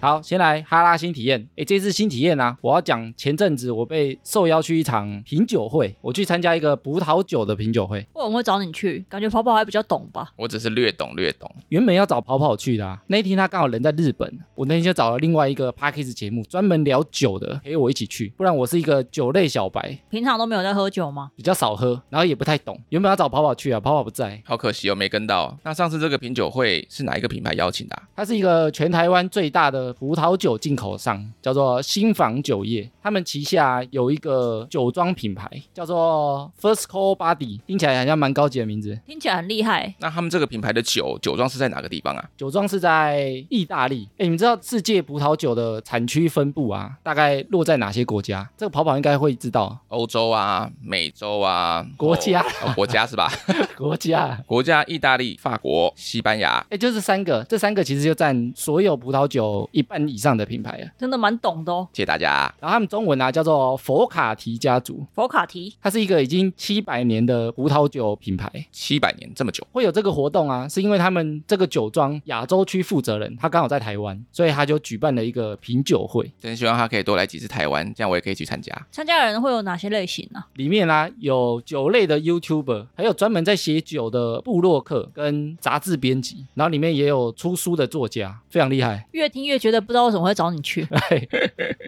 好，先来哈拉新体验。诶，这次新体验啊，我要讲前阵子我被受邀去一场品酒会，我去参加一个葡萄酒的品酒会，为什么会找你去？感觉跑跑还比较懂吧？我只是略懂略懂。原本要找跑跑去的、啊，那一天他刚好人在日本，我那天就找了另外一个 p a c k a g e 节目专门聊酒的陪我一起去，不然我是一个酒类小白，平常都没有在喝酒吗？比较少喝，然后也不太懂。原本要找跑跑去啊，跑跑不在，好可惜哦，没跟到。那上次这个品酒会是哪一个品牌邀请的、啊？它是一个全台湾最大的葡萄酒进口商，叫做新房酒业。他们旗下有一个酒庄品牌，叫做 First Call Body，听起来好像蛮高级的名字。听起来很厉害，那他们这个品牌的酒酒庄是在哪个地方啊？酒庄是在意大利。哎，你们知道世界葡萄酒的产区分布啊，大概落在哪些国家？这个跑跑应该会知道。 欧洲啊，美洲啊，国家哦、哦国家是吧？ 国家，国家，意大利、法国、西班牙。哎，就是三个，这三个其实就占所有葡萄酒一半以上的品牌了。真的蛮懂的哦。谢谢大家。然后他们中文啊叫做佛卡提家族，佛卡提它是一个已经七百年的葡萄酒品牌。七百年这么久，会有这个活动啊，是因为他们这个酒庄亚洲区负责人他刚好在台湾，所以他就举办了一个品酒会，真希望他可以多来几次台湾，这样我也可以去参加。参加的人会有哪些类型啊？里面啦、有酒类的 YouTuber，还有专门在写酒的部落客跟杂志编辑，然后里面也有出书的作家，非常厉害。越听越觉得不知道为什么会找你去。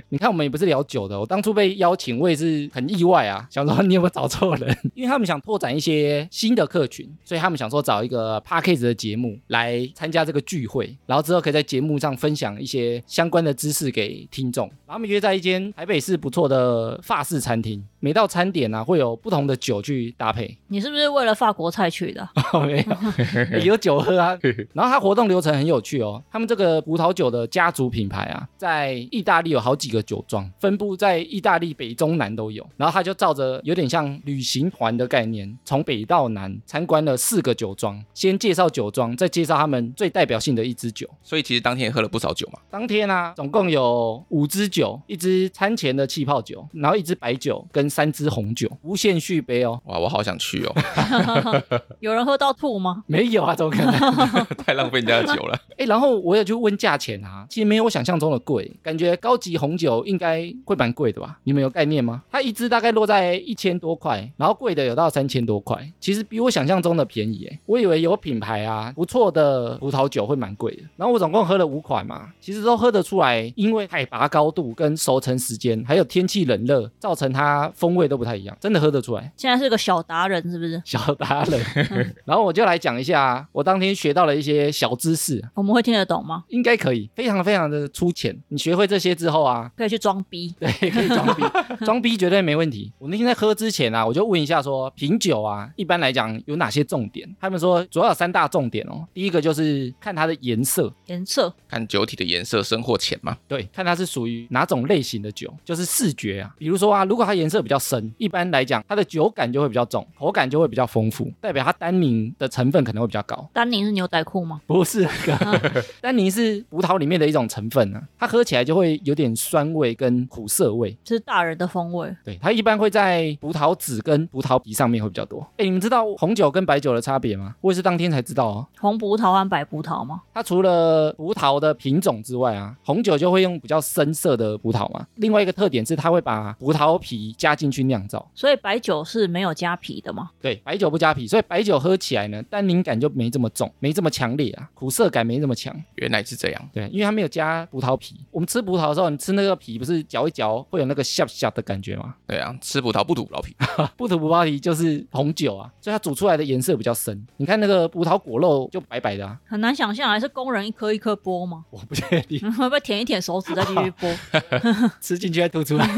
你看，我们也不是聊酒的，我当初被邀请，我也是很意外啊，想说 你有没有找错人？因为他们想拓展一些新的客群，所以他们想说找一个 p a c k a g e 的节目来参加这个聚会，然后之后可以在节目上分享一些相关的知识给听众。然后他们约在一间台北市不错的法式餐厅，每道餐点啊会有不同的酒去搭配。你是不是为了法国菜去的啊？哦，没有，有酒喝啊。然后它活动流程很有趣哦，他们这个葡萄酒的家族品牌啊，在意大利有好几个酒庄，分布在意大利北中南都有。然后他就照着有点像旅行团的概念，从北到南参观了四个酒庄，先介绍酒庄，再介绍他们最代表性的一支酒。所以其实当天也喝了不少酒嘛。当天啊，总共有五支酒，一支餐前的气泡酒，然后一支白酒跟三支红酒，无限续杯哦。哇，我好想去哦， 有人喝到吐吗？没有啊，怎么可能？太浪费人家的酒了。哎，然后我也去问价钱啊，其实没有我想象中的贵，感觉高级红酒应该会蛮贵的吧？你们有概念吗？它一支大概落在一千多块，然后贵的有到三千多块，其实比我想象中的便宜诶。我以为有品牌啊不错的葡萄酒会蛮贵的，然后我总共喝了五款嘛，其实都喝得出来，因为海拔高度跟熟成时间，还有天气冷热，造成它风味都不太一样，真的喝得出来。现在是个小达人是不是？小达人， 然后我就来讲一下啊我当天学到了一些小知识，我们会听得懂吗？应该可以，非常非常的粗浅。你学会这些之后啊， 可以去装逼。对，可以装逼，装逼绝对没问题。我那天在喝之前啊，我就问一下说，品酒啊，一般来讲有哪些重点？他们说主要有三大重点哦。第一个就是看它的颜色，颜色看酒体的颜色，深或浅嘛。对，看它是属于哪种类型的酒，就是视觉啊。比如说啊，如果它颜色比较深，一般来讲它的酒感就会比较重，口感就会比较丰富，代表它单宁的成分可能会比较高。丹宁是牛仔裤吗？不是那个丹宁是葡萄里面的一种成分啊，它喝起来就会有点酸味跟苦涩味。这是大人的风味。对，它一般会在葡萄籽跟葡萄皮上面会比较多。哎，你们知道红酒跟白酒的差别吗？我也是当天才知道哦。红葡萄和白葡萄吗？它除了葡萄的品种之外啊，红酒就会用比较深色的葡萄嘛。另外一个特点是它会把葡萄皮加进去酿造。所以白酒是没有加皮的吗？对，白酒不加皮，所以白酒喝起来呢，单宁感就没这么重，没这么强烈啊，苦涩感没这么强。原来是这样，对，因为它没有加葡萄皮。我们吃葡萄的时候，你吃那个皮不是嚼一嚼会有那个下下的感觉吗？啊对啊，吃葡萄不吐葡萄皮。 不吐葡萄皮就是红酒啊，所以它煮出来的颜色比较深。你看那个葡萄果肉就白白的啊，很难想象，还是工人一颗一颗剥吗？ 我不确定会不会舔一舔手指再继续剥？吃进去再吐出来。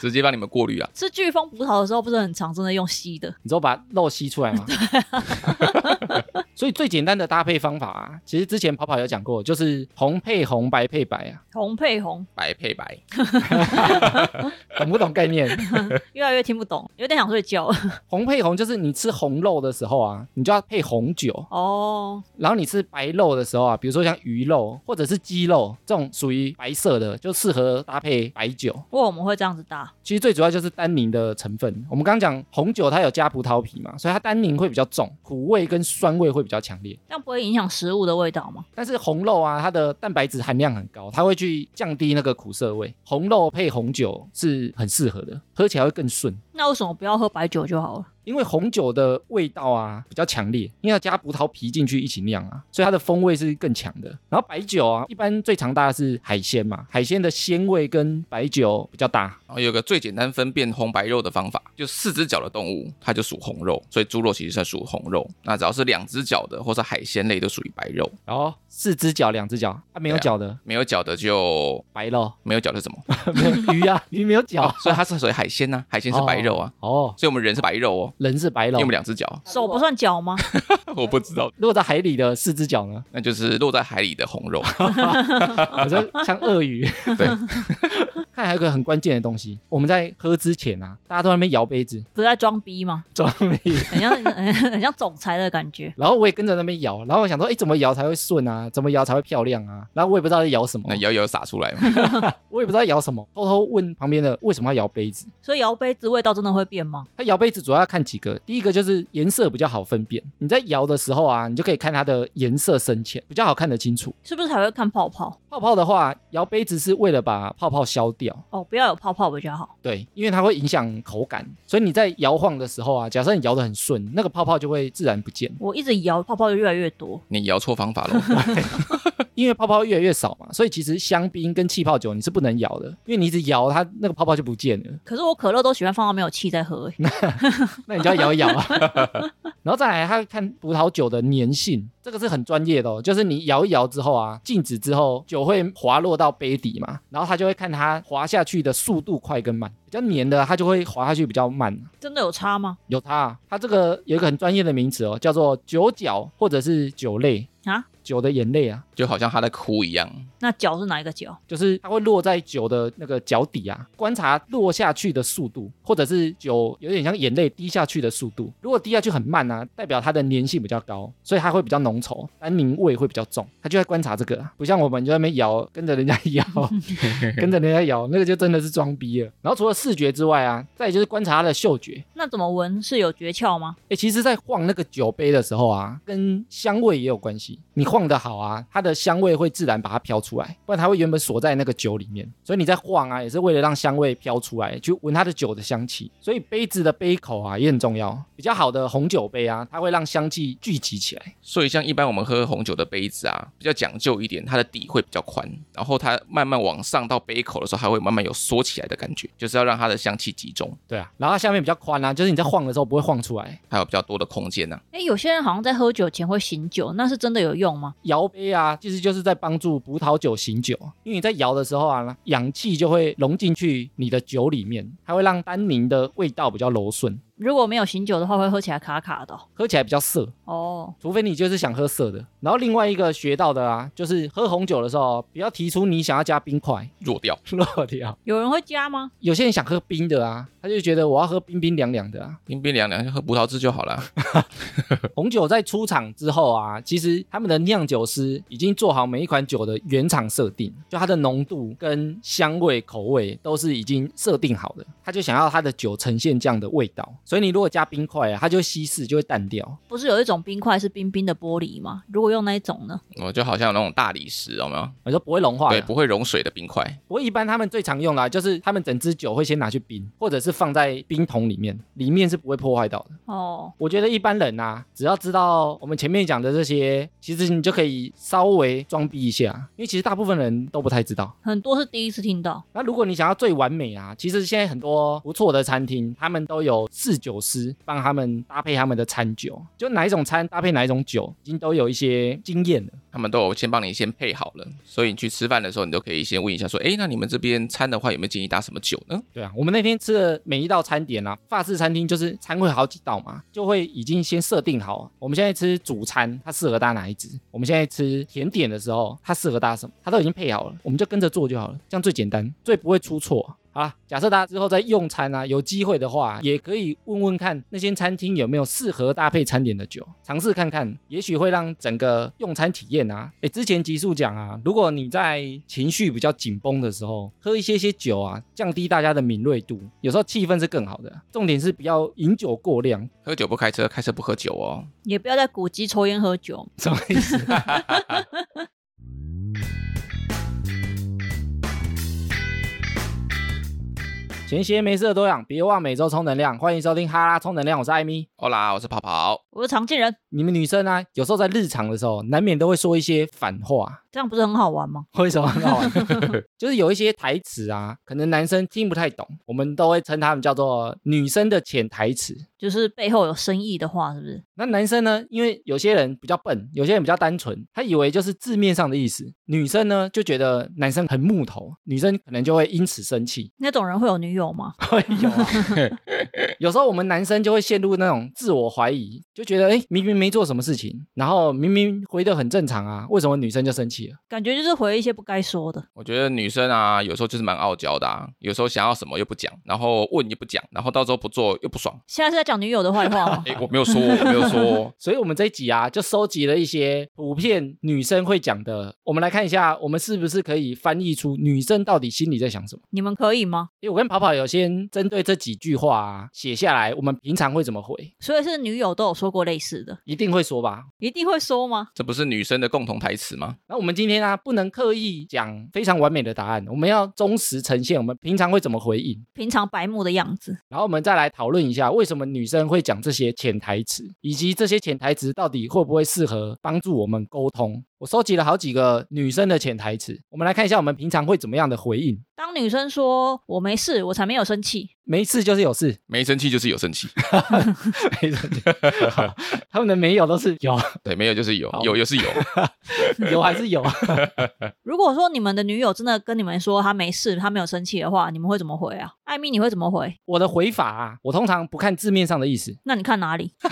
直接帮你们过滤啊！吃飓风葡萄的时候，不是很常真的用吸的？你知道把肉吸出来吗？ 所以最简单的搭配方法啊，其实之前跑跑有讲过，就是红配红，白配白啊，红配红，白配白，懂不懂概念？ 越来越听不懂，有点想睡觉红配红就是你吃红肉的时候啊，你就要配红酒， 哦。然后你吃白肉的时候啊，比如说像鱼肉或者是鸡肉这种属于白色的，就适合搭配白酒。不过我们会这样子搭，其实最主要就是单宁的成分。我们刚刚讲红酒它有加葡萄皮嘛，所以它单宁会比较重，苦味跟酸味会会比较强烈。这样不会影响食物的味道吗？但是红肉啊，它的蛋白质含量很高，它会去降低那个苦涩味。红肉配红酒是很适合的，喝起来会更顺。那为什么不要喝白酒就好了？因为红酒的味道啊比较强烈，因为要加葡萄皮进去一起酿啊，所以它的风味是更强的。然后白酒啊，一般最常搭的是海鲜嘛，海鲜的鲜味跟白酒比较搭。然后有个最简单分辨红白肉的方法，就四只脚的动物它就属红肉，所以猪肉其实是属红肉。那只要是两只脚的或是海鲜类都属于白肉，然后四只脚、两只脚啊，没有对啊脚的、没有脚的就白肉， 没有脚是什么？没有鱼啊， 鱼没有脚哦，所以它是属于海鲜呐、海鲜是白肉啊，哦，所以我们人是白肉哦，人是白因肉为我。们两只脚，手不算脚吗？我不知道，如果在海里的四只脚呢？那就是落在海里的红 肉。我说像鳄鱼。 对， 看还有一个很关键的东西，我们在喝之前啊，大家都在那边摇杯子不是在装逼吗？装逼，很像 很像总裁的感觉。然后我也跟着那边摇，然后我想说，哎，怎么摇才会顺啊？怎么摇才会漂亮啊？然后我也不知道在摇什么那，摇摇撒出来嘛，我也不知道摇什么，偷偷问旁边的为什么要摇杯子。所以摇杯子味道真的会变吗？它摇杯子主要要看几个，第一个就是颜色比较好分辨，你在摇的时候啊，你就可以看它的颜色深浅，比较好看得清楚。是不是还会看泡泡？泡泡的话，摇杯子是为了把泡泡消掉，哦，不要有泡泡比较好。对，因为它会影响口感，所以你在摇晃的时候啊，假设你摇得很顺，那个泡泡就会自然不见，我一直摇，泡泡就越来越多。你摇错方法喽。因为泡泡越来越少嘛，所以其实香槟跟气泡酒你是不能摇的，因为你一直摇它那个泡泡就不见了，可是我可乐都喜欢放到没有气再喝、欸，那你就要摇一摇啊。 然后再来，它看葡萄酒的粘性，这个是很专业的哦，就是你摇一摇之后啊，静止之后酒会滑落到杯底嘛，然后它就会看它滑下去的速度快跟慢，比较黏的它就会滑下去比较慢。真的有差吗？有它、啊，它这个有一个很专业的名词哦，叫做酒角或者是酒泪啊，酒的眼泪啊，就好像他在哭一样。那脚是哪一个脚？就是它会落在酒的那个脚底啊，观察落下去的速度，或者是酒有点像眼泪滴下去的速度。如果滴下去很慢啊，代表它的粘性比较高，所以它会比较浓稠，单宁味会比较重。它就在观察这个、啊，不像我们就在那边摇，跟着人家摇，跟着人家摇，那个就真的是装逼了。然后除了视觉之外啊，再也就是观察它的嗅觉，那怎么闻是有诀窍吗？哎、欸，其实，在晃那个酒杯的时候啊，跟香味也有关系。你晃得好啊，它的香味会自然把它飘出来，不然它会原本锁在那个酒里面。所以你在晃啊，也是为了让香味飘出来，去闻它的酒的香气。所以杯子的杯口啊也很重要。比较好的红酒杯啊，它会让香气聚集起来。所以像一般我们喝红酒的杯子啊，比较讲究一点，它的底会比较宽，然后它慢慢往上到杯口的时候，它会慢慢有缩起来的感觉，就是要让它的香气集中，对啊，然后它下面比较宽啊，就是你在晃的时候不会晃出来。还有比较多的空间啊呢、哎，有些人好像在喝酒前会醒酒，那是真的有用吗？摇杯啊，其实就是在帮助葡萄酒醒酒，因为你在摇的时候啊，氧气就会融进去你的酒里面，它会让单宁的味道比较柔顺，如果没有醒酒的话，会喝起来卡卡的哦。喝起来比较涩。哦，除非你就是想喝涩的。然后另外一个学到的啊，就是喝红酒的时候，不要提出你想要加冰块弱掉。落掉。有人会加吗？有些人想喝冰的啊，他就觉得我要喝冰冰凉凉的 啊。冰冰凉凉，就喝葡萄汁就好了。红酒在出厂之后啊，其实他们的酿酒师已经做好每一款酒的原厂设定，就它的浓度跟香味、口味都是已经设定好的。他就想要他的酒呈现这样的味道，所以你如果加冰块啊，它就会稀释，就会淡掉。不是有一种冰块是冰冰的玻璃吗？如果用那一种呢？我就好像有那种大理石，有没有？我说不会融化的，对，不会溶水的冰块。不过一般他们最常用的、啊、就是他们整支酒会先拿去冰，或者是放在冰桶里面，里面是不会破坏到的。哦，我觉得一般人啊，只要知道我们前面讲的这些，其实你就可以稍微装逼一下，因为其实大部分人都不太知道。很多是第一次听到。那如果你想要最完美啊，其实现在很多不错的餐厅，他们都有侍酒师帮他们搭配他们的餐酒，就哪一种餐搭配哪一种酒，已经都有一些经验了。他们都有先帮你先配好了，所以你去吃饭的时候，你都可以先问一下说，哎，那你们这边餐的话有没有建议搭什么酒呢？对啊，我们那天吃的每一道餐点啊，法式餐厅就是餐会好几道嘛，就会已经先设定好。我们现在吃主餐，它适合搭哪一支？我们现在吃甜点的时候，它适合搭什么？它都已经配好了，我们就跟着做就好了，这样最简单，最不会出错。好啦，假设大家之后在用餐啊，有机会的话，也可以问问看那间餐厅有没有适合搭配餐点的酒，尝试看看，也许会让整个用餐体验啊。诶，之前集数讲啊，如果你在情绪比较紧绷的时候，喝一些些酒啊，降低大家的敏锐度，有时候气氛是更好的。重点是不要饮酒过量，喝酒不开车，开车不喝酒哦。也不要在古迹抽烟喝酒。什么意思？闲闲没事的多养，别忘每周充能量。欢迎收听哈拉充能量，我是艾米。好啦，我是跑跑，我是常见人，你们女生啊，有时候在日常的时候，难免都会说一些反话。这样不是很好玩吗？ 为什么很好玩？就是有一些台词啊，可能男生听不太懂，我们都会称他们叫做女生的潜台词。就是背后有深意的话，是不是？那男生呢？因为有些人比较笨，有些人比较单纯，他以为就是字面上的意思。女生呢就觉得男生很木头，女生可能就会因此生气。那种人会有女友吗？会有、啊，有时候我们男生就会陷入那种自我怀疑，就觉得哎，诶明明没做什么事情，然后明明回的很正常啊，为什么女生就生气了？，感觉就是回一些不该说的。我觉得女生啊，有时候就是蛮傲娇的啊，有时候想要什么又不讲，然后问又不讲，然后到时候不做又不爽。？现在是在讲女友的坏话吗 哎，我没有说，我没有说所以我们这一集啊，就收集了一些普遍女生会讲的，我们来看一下，我们是不是可以翻译出女生到底心里在想什么？你们可以吗？因为我跟跑跑有先针对这几句话啊写下来，我们平常会怎么回？所以是女友都有说过类似的，一定会说吧。一定会说吗？这不是女生的共同台词吗？那我们今天呢、啊，不能刻意讲非常完美的答案，我们要忠实呈现我们平常会怎么回应。平常白目的样子，然后我们再来讨论一下，为什么女生会讲这些潜台词，以及这些潜台词到底会不会适合帮助我们沟通。我收集了好几个女生的潜台词，我们来看一下我们平常会怎么样的回应。当女生说“我没事，我才没有生气没事就是有事， 没生气就是有生气，没事就好他们的没有都是有， 对，没有就是有好，有又是有。有还是有。”。 如果说你们的女友真的跟你们说她没事，她没有生气的话，你们会怎么回啊？艾米，你会怎么回？我的回法啊，我通常不看字面上的意思，那你看哪里？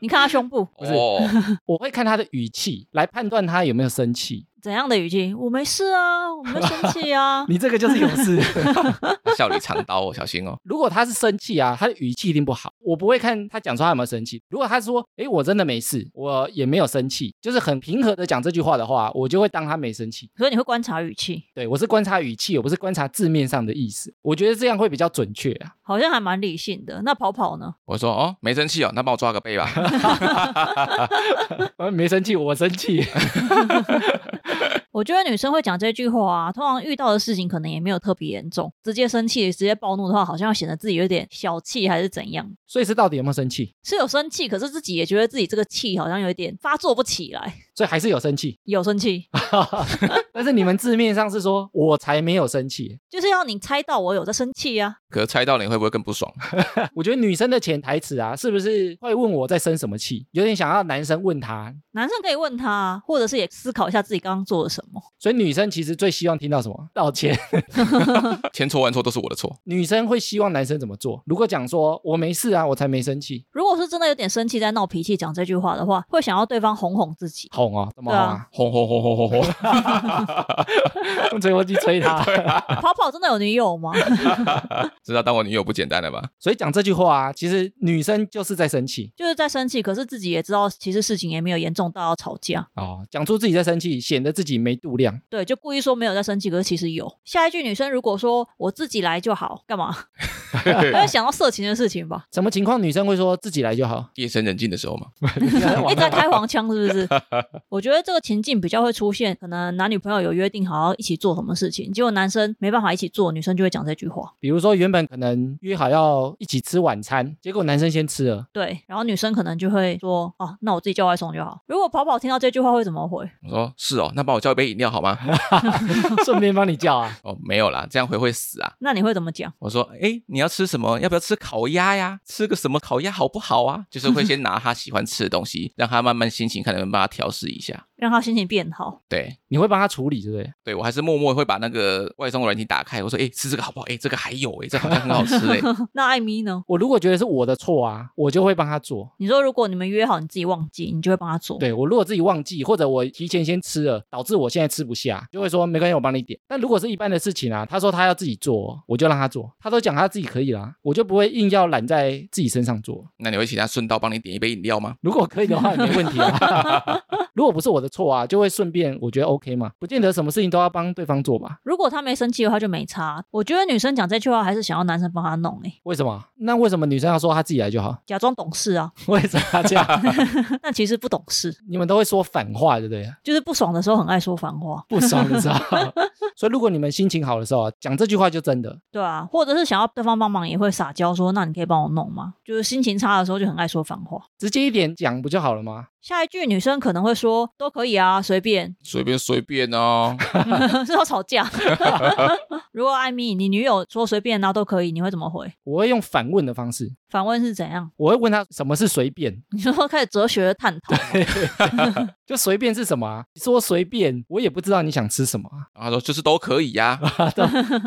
你看她胸部是哦，我会看她的语气来判断她有没有生气。。怎样的语境？我没事啊，我没有生气啊 你这个就是有事。笑里藏刀哦，小心哦。如果他是生气啊，他的语气一定不好。我不会看他讲出他有没有生气。如果他说，诶，我真的没事，我也没有生气，就是很平和的讲这句话的话，我就会当他没生气。所以你会观察语气，对我是观察语气，我不是观察字面上的意思。我觉得这样会比较准确啊。好像还蛮理性的。那跑跑呢？我说哦，没生气哦，那帮我抓个背吧。呃，没生气，我生气。我觉得女生会讲这句话啊，通常遇到的事情可能也没有特别严重，直接生气、直接暴怒的话，好像显得自己有点小气还是怎样。所以是到底有没有生气？是有生气，可是自己也觉得自己这个气好像有一点发作不起来，所以还是有生气。有生气，但是你们字面上是说我才没有生气。就是要你猜到我有在生气啊。可是猜到你会不会更不爽？我觉得女生的潜台词啊，是不是会问我在生什么气？有点想要男生问他。男生可以问他啊，或者是也思考一下自己刚刚做了什么。所以女生其实最希望听到什么？道歉。千错万错都是我的错。女生会希望男生怎么做？如果讲说我没事啊，我才没生气，如果是真的有点生气在闹脾气讲这句话的话，会想要对方哄哄自己。哄哦，怎么哄啊？轰轰轰轰轰轰！用吹风机吹他。跑跑真的有女友吗？ 知道当我女友不简单了吧？所以讲这句话啊，其实女生就是在生气就是在生气，可是自己也知道，其实事情也没有严重到要吵架。哦，讲出自己在生气，显得自己没度量。对，就故意说没有在生气，可是其实有。下一句女生如果说我自己来就好，干嘛？ 她会想到色情的事情吧？什么情况女生会说自己来就好？夜深人静的时候嘛，一哎直在开黄腔，是不是？ 我觉得这个情境比较会出现，可能男女朋友有约定好要一起做什么事情，结果男生没办法一起做，女生就会讲这句话。比如说原本可能约好要一起吃晚餐，结果男生先吃了， 对，然后女生可能就会说：“哦，那我自己叫外送就好。”如果跑跑听到这句话会怎么回？ 我说是哦，那帮我叫一杯饮料好吗？顺便帮你叫啊。哦，没有啦，这样回会死啊。那你会怎么讲？我说，哎，你要吃什么？要不要吃烤鸭呀？吃个什么烤鸭好不好啊？就是会先拿他喜欢吃的东西，让他慢慢心情，看能不能帮他调试一下。让他心情变好。 对你会帮他处理，对不对？对，我还是默默会把那个外送软体打开，我说哎、吃这个好不好？哎、这个还有哎、这好像很好吃哎、那艾米呢？我如果觉得是我的错啊，我就会帮他做。你说如果你们约好你自己忘记，你就会帮他做。对我如果自己忘记，或者我提前先吃了，导致我现在吃不下，就会说没关系，我帮你点。但如果是一般的事情啊，他说他要自己做，哦我就让他做。他都讲他自己可以啦，我就不会硬要揽在自己身上做。那你会请他顺道帮你点一杯饮料吗？如果可以的话，也没问题啊。 如果不是我的错啊，就会顺便我觉得 OK 嘛，不见得什么事情都要帮对方做吧？如果他没生气的话，就没差。我觉得女生讲这句话还是想要男生帮她弄、欸，为什么？那为什么女生要说她自己来就好？ 假装懂事啊， 为什么要这样？ 但其实不懂事，你们都会说反话，对不对？就是不爽的时候很爱说反话，不爽的时候， 所以如果你们心情好的时候啊，讲这句话就真的。对啊，或者是想要对方帮忙也会撒娇说，那你可以帮我弄吗？就是心情差的时候就很爱说反话。直接一点讲不就好了吗？下一句女生可能会说都可以啊，随便，随便随便哦，是要吵架。 如果艾米你女友说随便啊都可以，你会怎么回？我会用反问的方式，反问是怎样？我会问他什么是随便，你说开始哲学的探讨吗，就随便是什么啊？说随便，我也不知道你想吃什么啊， 然后他说就是都可以 呀、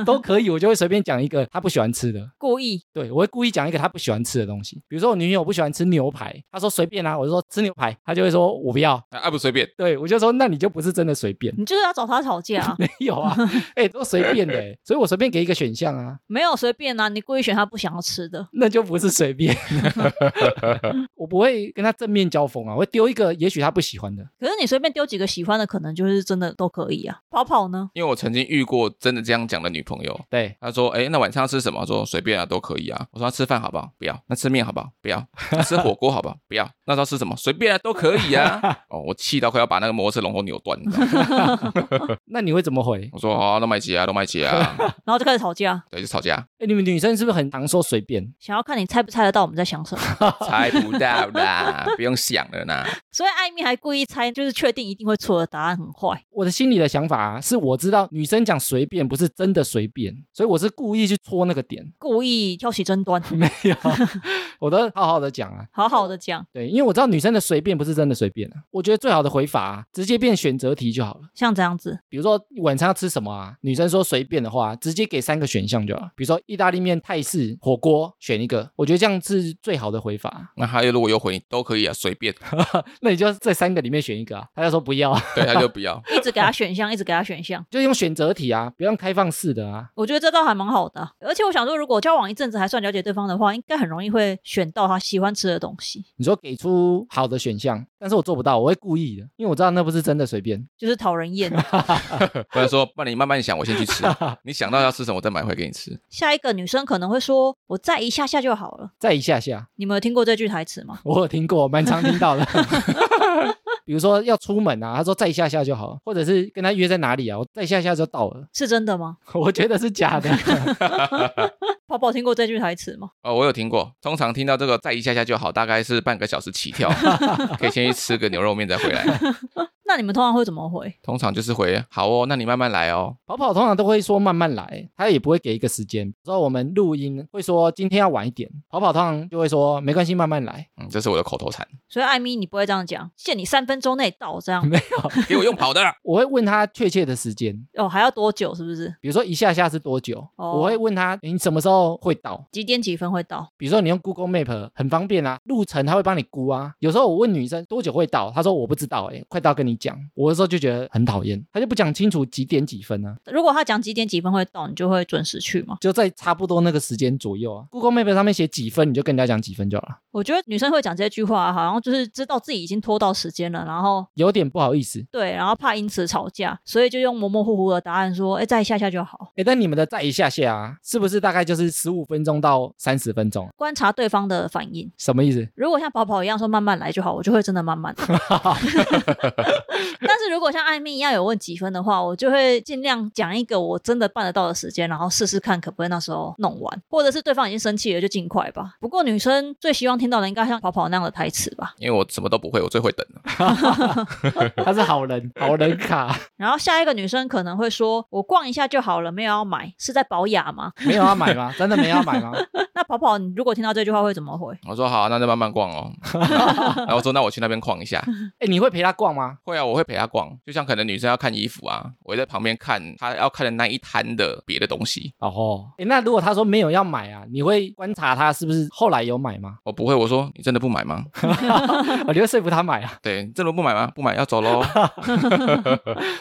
都可以，我就会随便讲一个他不喜欢吃的。故意对，我会故意讲一个他不喜欢吃的东西，比如说我女友不喜欢吃牛排，她说随便啊，我就说吃牛排，她就会说我不要，啊，啊不随便，对我就说那你就不是真的随便，，你就是要找他吵架、啊没有啊，哎、都随便的、所以我随便给一个选项啊，没有随便啊，你故意选他不想要吃的。那就不是随便， 我不会跟他正面交锋啊，我会丢一个也许他不喜欢的，可是你随便丢几个喜欢的，可能就是真的都可以啊。跑跑呢？因为我曾经遇过真的这样讲的女朋友。对，她说：“哎，那晚上要吃什么？”我说：“随便啊，都可以啊。”我说：“那吃饭好不好？不要。那吃面好不好？不要。那吃火锅好不好？不要。那要吃什么？随便啊，都可以啊。” 哦，我气到快要把那个摩托车龙头扭断。你知道吗那你会怎么回？我说：“好、啊，都买起啊，都买起啊。然后就开始吵架”，对，就吵架，哎、你们女生是不是很常说随便？想要看你猜不猜得到我们在想什么。猜不到啦，不用想了啦。所以艾米还故意猜，就是确定一定会错的答案很坏。我的心里的想法啊，是我知道女生讲随便不是真的随便，所以我是故意去戳那个点。 故意挑起争端，没有， 我都好好的讲啊。好好的讲，对，因为我知道女生的随便不是真的随便啊。我觉得最好的回法、啊，直接变选择题就好了。像这样子，比如说晚餐要吃什么啊？女生说随便的话，直接给三个选项就好了。比如说意大利面、泰式火锅，选一个。我觉得这样是最好的回法啊。 那他又如果又回你都可以啊，随便，那你就这三个里面选一个啊。他就说不要，啊， 对，他就不要。一直给他选项，一直给他选项。就用选择题啊，不要用开放式的啊。我觉得这倒还蛮好的啊、而且我想说，如果交往一阵子还算了解对方的话，应该很容易会选到他喜欢吃的东西，你说给出好的选项，但是我做不到，我会故意的，因为我知道那不是真的随便。就是讨人厌。啊他就说：“那你慢慢想，我先去吃。你想到要吃什么，我再买回给你吃。下一个女生可能会说：“我再一下下就好了。再一下下，”你们有听过这句台词吗？我有听过，蛮常听到的。 比如说要出门啊，他说再一下下就好，或者是跟他约在哪里啊，我再一下下就到了。 是真的吗？我觉得是假的， 泡泡听过这句台词吗？”哦，我有听过，通常听到这个再一下下就好，大概是半个小时起跳，可以先去吃个牛肉面再回来。那你们通常会怎么回？通常就是回好哦，那你慢慢来哦。跑跑通常都会说慢慢来，他也不会给一个时间。说我们录音会说今天要晚一点，跑跑通常就会说没关系，慢慢来。嗯，这是我的口头禅，所以艾米，你不会这样讲，限你三分钟内到这样没有， 给我用跑的啦。我会问他确切的时间，哦，还要多久？是不是比如说一下下是多久，哦我会问他诶你什么时候会到。几点几分会到？比如说你用 Google Map 很方便啊，路程他会帮你估啊。有时候我问女生多久会到，她说我不知道、欸，快到跟你讲。我的时候就觉得很讨厌，她就不讲清楚几点几分啊，如果他讲几点几分会到，你就会准时去吗？就在差不多那个时间左右啊。Google Map 上面写几分，你就跟人家讲几分就好了，我觉得女生会讲这句话，好像就是知道自己已经拖到时间了，然后有点不好意思。对，然后怕因此吵架，所以就用模模糊糊的答案说：“哎，再一下下就好。哎，但你们的再一下下啊，是不是大概就是十五分钟到三十分钟”？啊观察对方的反应。什么意思？如果像跑跑一样说慢慢来就好，我就会真的慢慢来。但是是如果像艾米一样有问几分的话，我就会尽量讲一个我真的办得到的时间，然后试试看可不可以那时候弄完，或者是对方已经生气了就尽快吧。不过女生最希望听到的应该像跑跑那样的台词吧。因为我什么都不会，我最会等了。他是好人，好人卡然后下一个女生可能会说：“我逛一下就好了，没有要买，是在保养吗 没有要买吗？真的没有要买吗？？”那跑跑，你如果听到这句话会怎么回？我说好，那就慢慢逛哦。 然后我说那我去那边逛一下。哎、你会陪他逛吗？会啊，我会陪她逛，就像可能女生要看衣服啊，我会在旁边看她要看的那一摊的别的东西。哦，哎，那如果他说没有要买啊，你会观察他是不是后来有买吗？我不会，我说你真的不买吗？我就会说服他买啊，对，你真的不买吗？不买要走喽。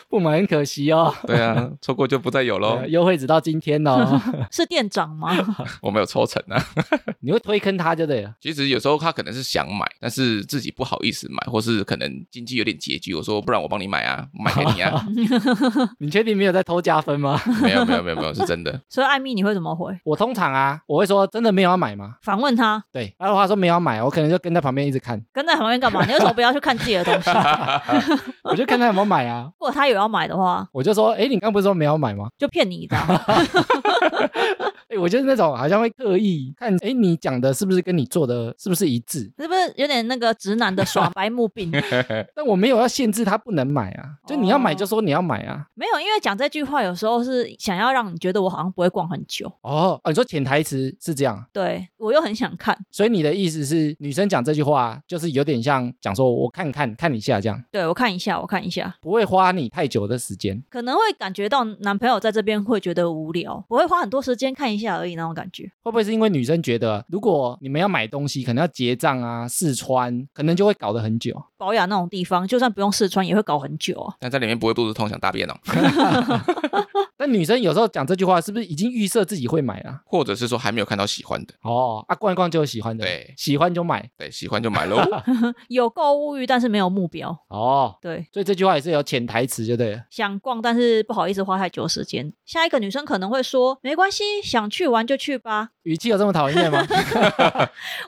不买很可惜哦，对啊，错过就不再有喽呃。优惠只到今天哦， 是店长吗？ 我没有抽成啊。你会推坑他就对了。其实有时候她可能是想买，但是自己不好意思买，或是可能经济有点拮据，我说不然我帮你买啊，我买给你啊。你确定没有在偷加分吗？ 没有没有没有没有，是真的。所以艾米你会怎么回？我通常啊，我会说真的没有要买吗？反问他对，他的话说没有要买，我可能就跟在旁边一直看，跟在旁边干嘛？你为什么不要去看自己的东西？ 我就看他有没有买啊。如果他有要买的话，我就说，哎，你刚不是说没有买吗？就骗你的啊、哎，我就是那种好像会刻意看，哎，你讲的是不是跟你做的是不是一致？是不是有点那个直男的耍白目病？ 但我没有要限制他不能买啊，就你要买就说你要买啊。没有，因为讲这句话有时候是想要让你觉得我好像不会逛很久，哦，哦你说潜台词是这样，对我又很想看，所以你的意思是女生讲这句话就是有点像讲说我看看看一下这样，对我看一下，我看一下，不会花你太久的时间。可能会感觉到男朋友在这边会觉得无聊，我会花很多时间看一下而已那种感觉。会不会是因为女生觉得如果你们要买东西，可能要结账啊、试穿，可能就会搞得很久？保养那种地方，就算不用试穿也会搞很久啊。但在里面不会肚子痛想大便哦， 但女生有时候讲这句话，是不是已经预设自己会买了？或者是说还没有看到喜欢的，哦，啊，逛一逛就有喜欢的，对喜欢就买。对，喜欢就买喽。有购物欲，但是没有目标。哦，对，所以这句话也是有潜台词，就对了。想逛，但是不好意思花太久的时间。下一个女生可能会说：“没关系，想去玩就去吧。语气有这么讨人厌吗？”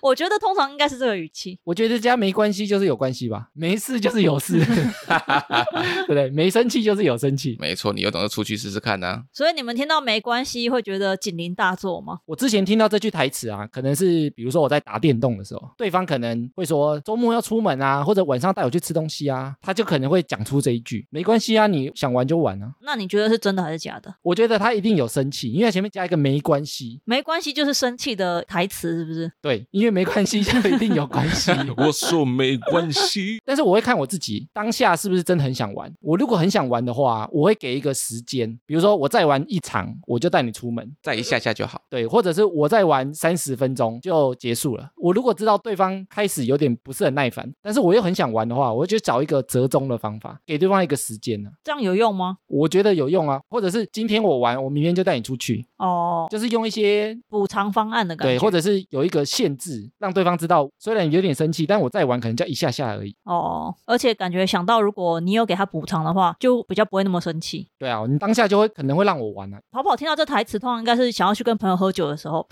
我觉得通常应该是这个语气。我觉得这家没关系就是有关系吧，没事就是有事，对不对？没生气就是有生气。没错，你有种就出去试试看啊呐、 所以你们听到“没关系”会觉得警铃大作吗？我之前听到这句台词啊，可能是比如说我在打电动的时候，对方可能会说周末要出门啊，或者晚上带我去吃东西啊，他就可能会讲出这一句，没关系啊，你想玩就玩啊。那你觉得是真的还是假的？我觉得他一定有生气，因为前面加一个没关系，没关系，就是生气的台词，是不是？对，因为没关系就一定有关系。 我说没关系，但是我会看我自己当下是不是真的很想玩。我如果很想玩的话，我会给一个时间，比如说我再玩一场，我就带你出门，再一下下就 好。对，或者是我再玩三十分钟就结束了。我如果知道对方开始有点不是很耐烦，但是我又很想玩的话，我就找一个折中的方法，给对方一个时间呢、啊。这样有用吗？我觉得有用啊，或者是今天我玩，我明天就带你出去，哦，就是用一些补偿方案的感觉。对，或者是有一个限制，让对方知道，虽然有点生气，但我再玩可能就一下下而已。哦，而且感觉想到，如果你有给他补偿的话，就比较不会那么生气。对啊，你当下就会可能会让我玩啊，跑跑听到这台词，通常应该是想要去跟朋友喝酒的时候。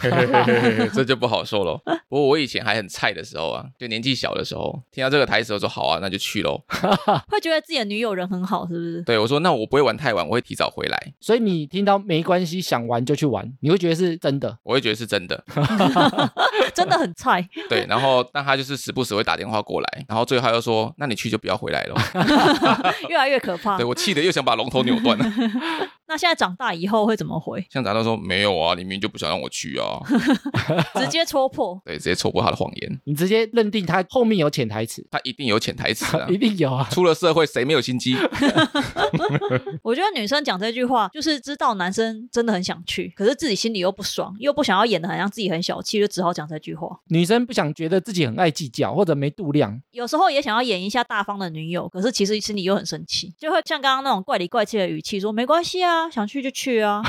这就不好说喽。不过我以前还很菜的时候啊，就年纪小的时候，听到这个台词，我说好啊，那就去喽。会觉得自己的女友人很好，是不是？对我说，那我不会玩太晚，我会提早回来，所以你听到没关系，想玩就去玩，你会觉得是真的。我会觉得是真的。 真的很菜，对，然后但他就是时不时会打电话过来，然后最后他又说，那你去就不要回来喽。越来越可怕对。我气得又想把龙头扭断了。？那现在长大以后会怎么回 像咱都说没有啊，你明明就不想让我去啊，直接戳破。对，直接戳破他的谎言，你直接认定他后面有潜台词，他一定有潜台词啊 。一定有啊。出了社会，谁没有心机？ 我觉得女生讲这句话，就是知道男生真的很想去，可是自己心里又不爽，又不想要演的很像自己很小气，就只好讲这句话。女生不想觉得自己很爱计较或者没度量，有时候也想要演一下大方的女友，可是其实心里又很生气，就会像刚刚那种怪里怪气的语气说：“没关系啊，啊，想去就去啊，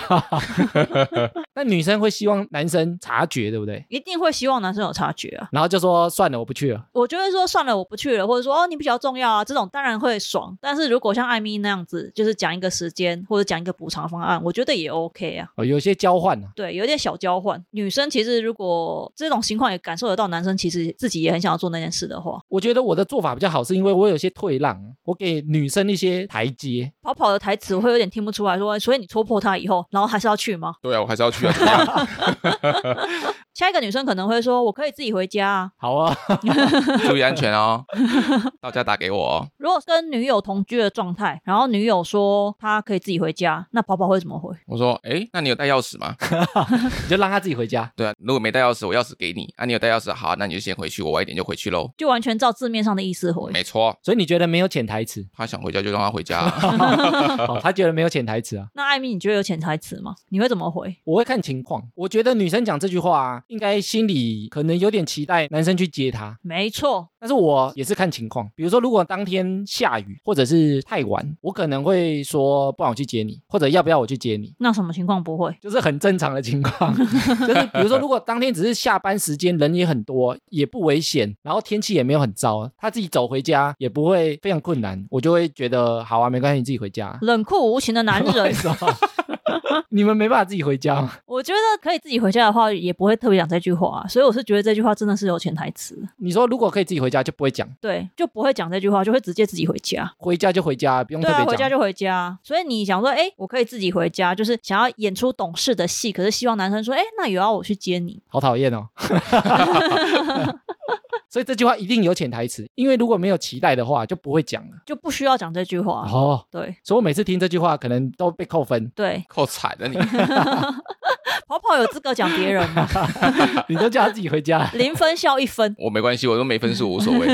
那女生会希望男生察觉，对不对？一定会希望男生有察觉啊。然后就说算了，我不去了。我就会说算了，我不去了，或者说哦你比较重要啊，这种当然会爽。但是如果像艾米那样子，就是讲一个时间或者讲一个补偿方案，我觉得也 OK 啊。哦，有一些交换啊，对，有点小交换。女生其实如果这种情况也感受得到，男生其实自己也很想要做那件事的话，我觉得我的做法比较好，是因为我有些退让，我给女生一些台阶。跑跑的台词我会有点听不出来说，哎所以你戳破他以后，然后还是要去吗？对啊，我还是要去啊，怎么 样？下一个女生可能会说，我可以自己回家啊。好啊， 注意安全哦，到家打给我哦。如果跟女友同居的状态，然后女友说她可以自己回家，那跑跑会怎么回？我说，哎，那你有带钥匙吗？你就让她自己回家。对啊，如果没带钥匙，我钥匙给你。啊，你有带钥匙，好，那你就先回去，我晚一点就回去喽。就完全照字面上的意思回。没错，所以你觉得没有潜台词？他想回家就让他回 家啊、哦，他觉得没有潜台词啊。那艾米，你觉得有潜台词吗？你会怎么回？我会看情况，我觉得女生讲这句话、啊，应该心里可能有点期待男生去接她，没错，但是我也是看情况。比如说，如果当天下雨或者是太晚，我可能会说不然我去接你，或者要不要我去接你，那什么情况不会？就是很正常的情况。 就是比如说，如果当天只是下班时间，人也很多，也不危险，然后天气也没有很糟，他自己走回家也不会非常困难，我就会觉得好啊，没关系，你自己回家。冷酷无情 的男为人，什么？你们没办法自己回家吗？我觉得可以自己回家的话，也不会特别讲这句话、啊，所以我是觉得这句话真的是有潜台词的，你说如果可以自己回家，就不会讲对，就不会讲这句话，就会直接自己回家。回家就回家，不用特对啊，回别讲。家就回家。所以你想说，哎，我可以自己回家，就是想要演出懂事的戏，可是希望男生说，哎，那有要我去接你，好讨厌哦。 所以这句话一定有潜台词，因为如果没有期待的话，就不会讲了。就不需要讲这句话。啊哦，对。所以我每次听这句话，可能都被扣分 对， 够惨了你。跑跑有资格讲别人 吗？你都叫他自己回家，零分笑一分。我没关系，我都没分数，无所 谓。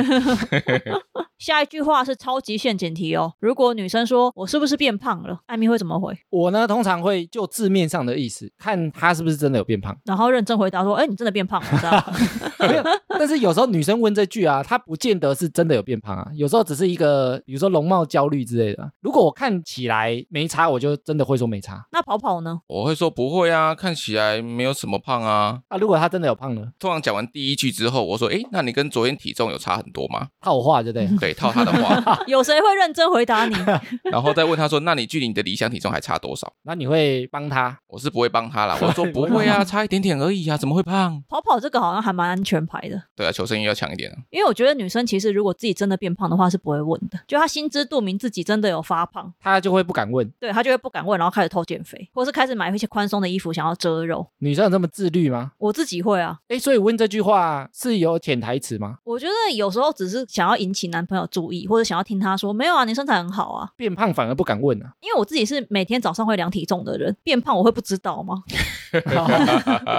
下一句话是超级陷阱题哦。如果女生说我是不是变胖了，艾米会怎么回？。我呢通常会就字面上的意思看他是不是真的有变胖然后认真回答说，哎，你真的变胖了这样。没有 但是有时候女生问这句啊，她不见得是真的有变胖啊，有时候只是一个比如说容貌焦虑之类的。啊如果我看起来没差，我就真的会说没差。 那跑跑呢？我会说不会啊，看起来没有什么胖啊。啊，如果她真的有胖呢，通常讲完第一句之后，我说，哎，那你跟昨天体重有差很 多吗？套话对不对？对，套他的话，有谁会认真回答你？然后再问他说，那你距离你的理想体重还差多少？那你会帮她？我是不会帮他啦，我说 不会啊，差一点点而已啊，怎么会胖？跑跑这个好像还蛮安全牌的，对啊，求生欲要强一点啊。因为我觉得女生其实如果自己真的变胖的话是不会问的，就她心知肚明自己真的有发胖，她就会不敢问。对她就会不敢问，然后开始偷减肥，或是开始买一些宽松的衣服想要遮肉。女生有这么自律吗？我自己会啊，哎，所以问这句话是有潜台词吗？我觉得有时候只是想要引起男朋友注意，或者想要听他说没有啊，你身材很好啊。变胖反而不敢问啊？因为我自己是每天早上会量体重的人，变胖我会不知道吗？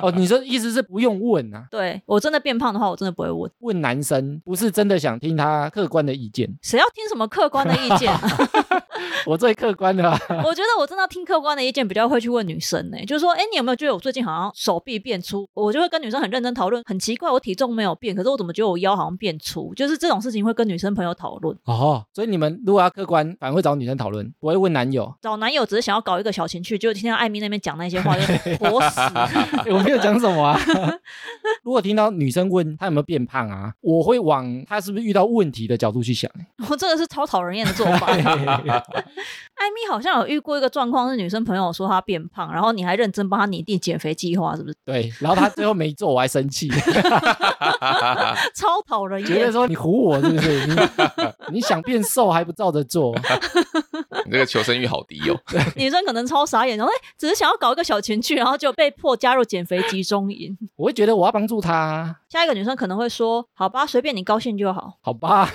哦，你说意思是不用问啊？对我真的变胖的话，我真的不会问。问男生不是真的想听他客观的意见，谁要听什么客观的意见、 啊？我最客观的、啊。我觉得我真的要听客观的意见，比较会去问女生呢、就是说，哎、你有没有觉得我最近好像手臂变粗？我就会跟女生很认真讨论，很奇怪，我体重没有变，可是我怎么觉得我腰好像变粗？就是这种事情会跟女生朋友讨论。哦，所以你们如果要客观，反而会找女生讨论，不会问男友。 找男友只是想要搞一个小情趣，就听到艾米那边讲那些话，就活死。诶我没有讲什么啊。 如果听到女生问她有没有变胖啊，我会往她是不是遇到问题的角度去想、 我这个是超讨人厌的做法。艾米好像有遇过一个状况，是女生朋友说她变胖，然后你还认真帮她拟定减肥计划，是不是？ 对，然后她最后没做，我还生气， 超讨人觉得厌。说你唬我是不是？你你想变瘦还不照着做？你这个求生欲好低哦。 女生可能超傻眼，然后哎、只是想要搞一个小情趣，然后就被迫加入减肥集中营。 我会觉得我要帮助她，下一个女生可能会说：“好吧，随便你高兴就好。好吧？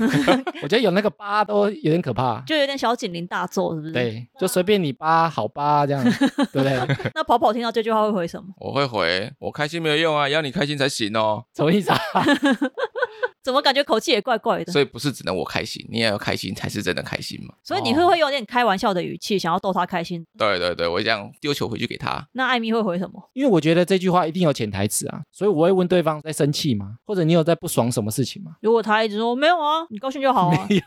我觉得有那个疤都有点可怕”。就有点小警铃大作，是不是？。对，就随便你吧，好吧，这样，对不对？ 那跑跑听到这句话会回什么？我会回，我开心没有用啊，要你开心才行哦。什么意思啊？怎么感觉口气也怪怪的？所以不是只能我开心，你也要开心才是真的开心嘛。所以你会哦会用点开玩笑的语气，想要逗他开心。对对对，我会这样丢球回去给他。那艾米会回什么？因为我觉得这句话一定有潜台词啊，所以我会问对方在生气吗？或者你有在不爽什么事情吗？如果他一直说没有啊，你高兴就好啊，没有，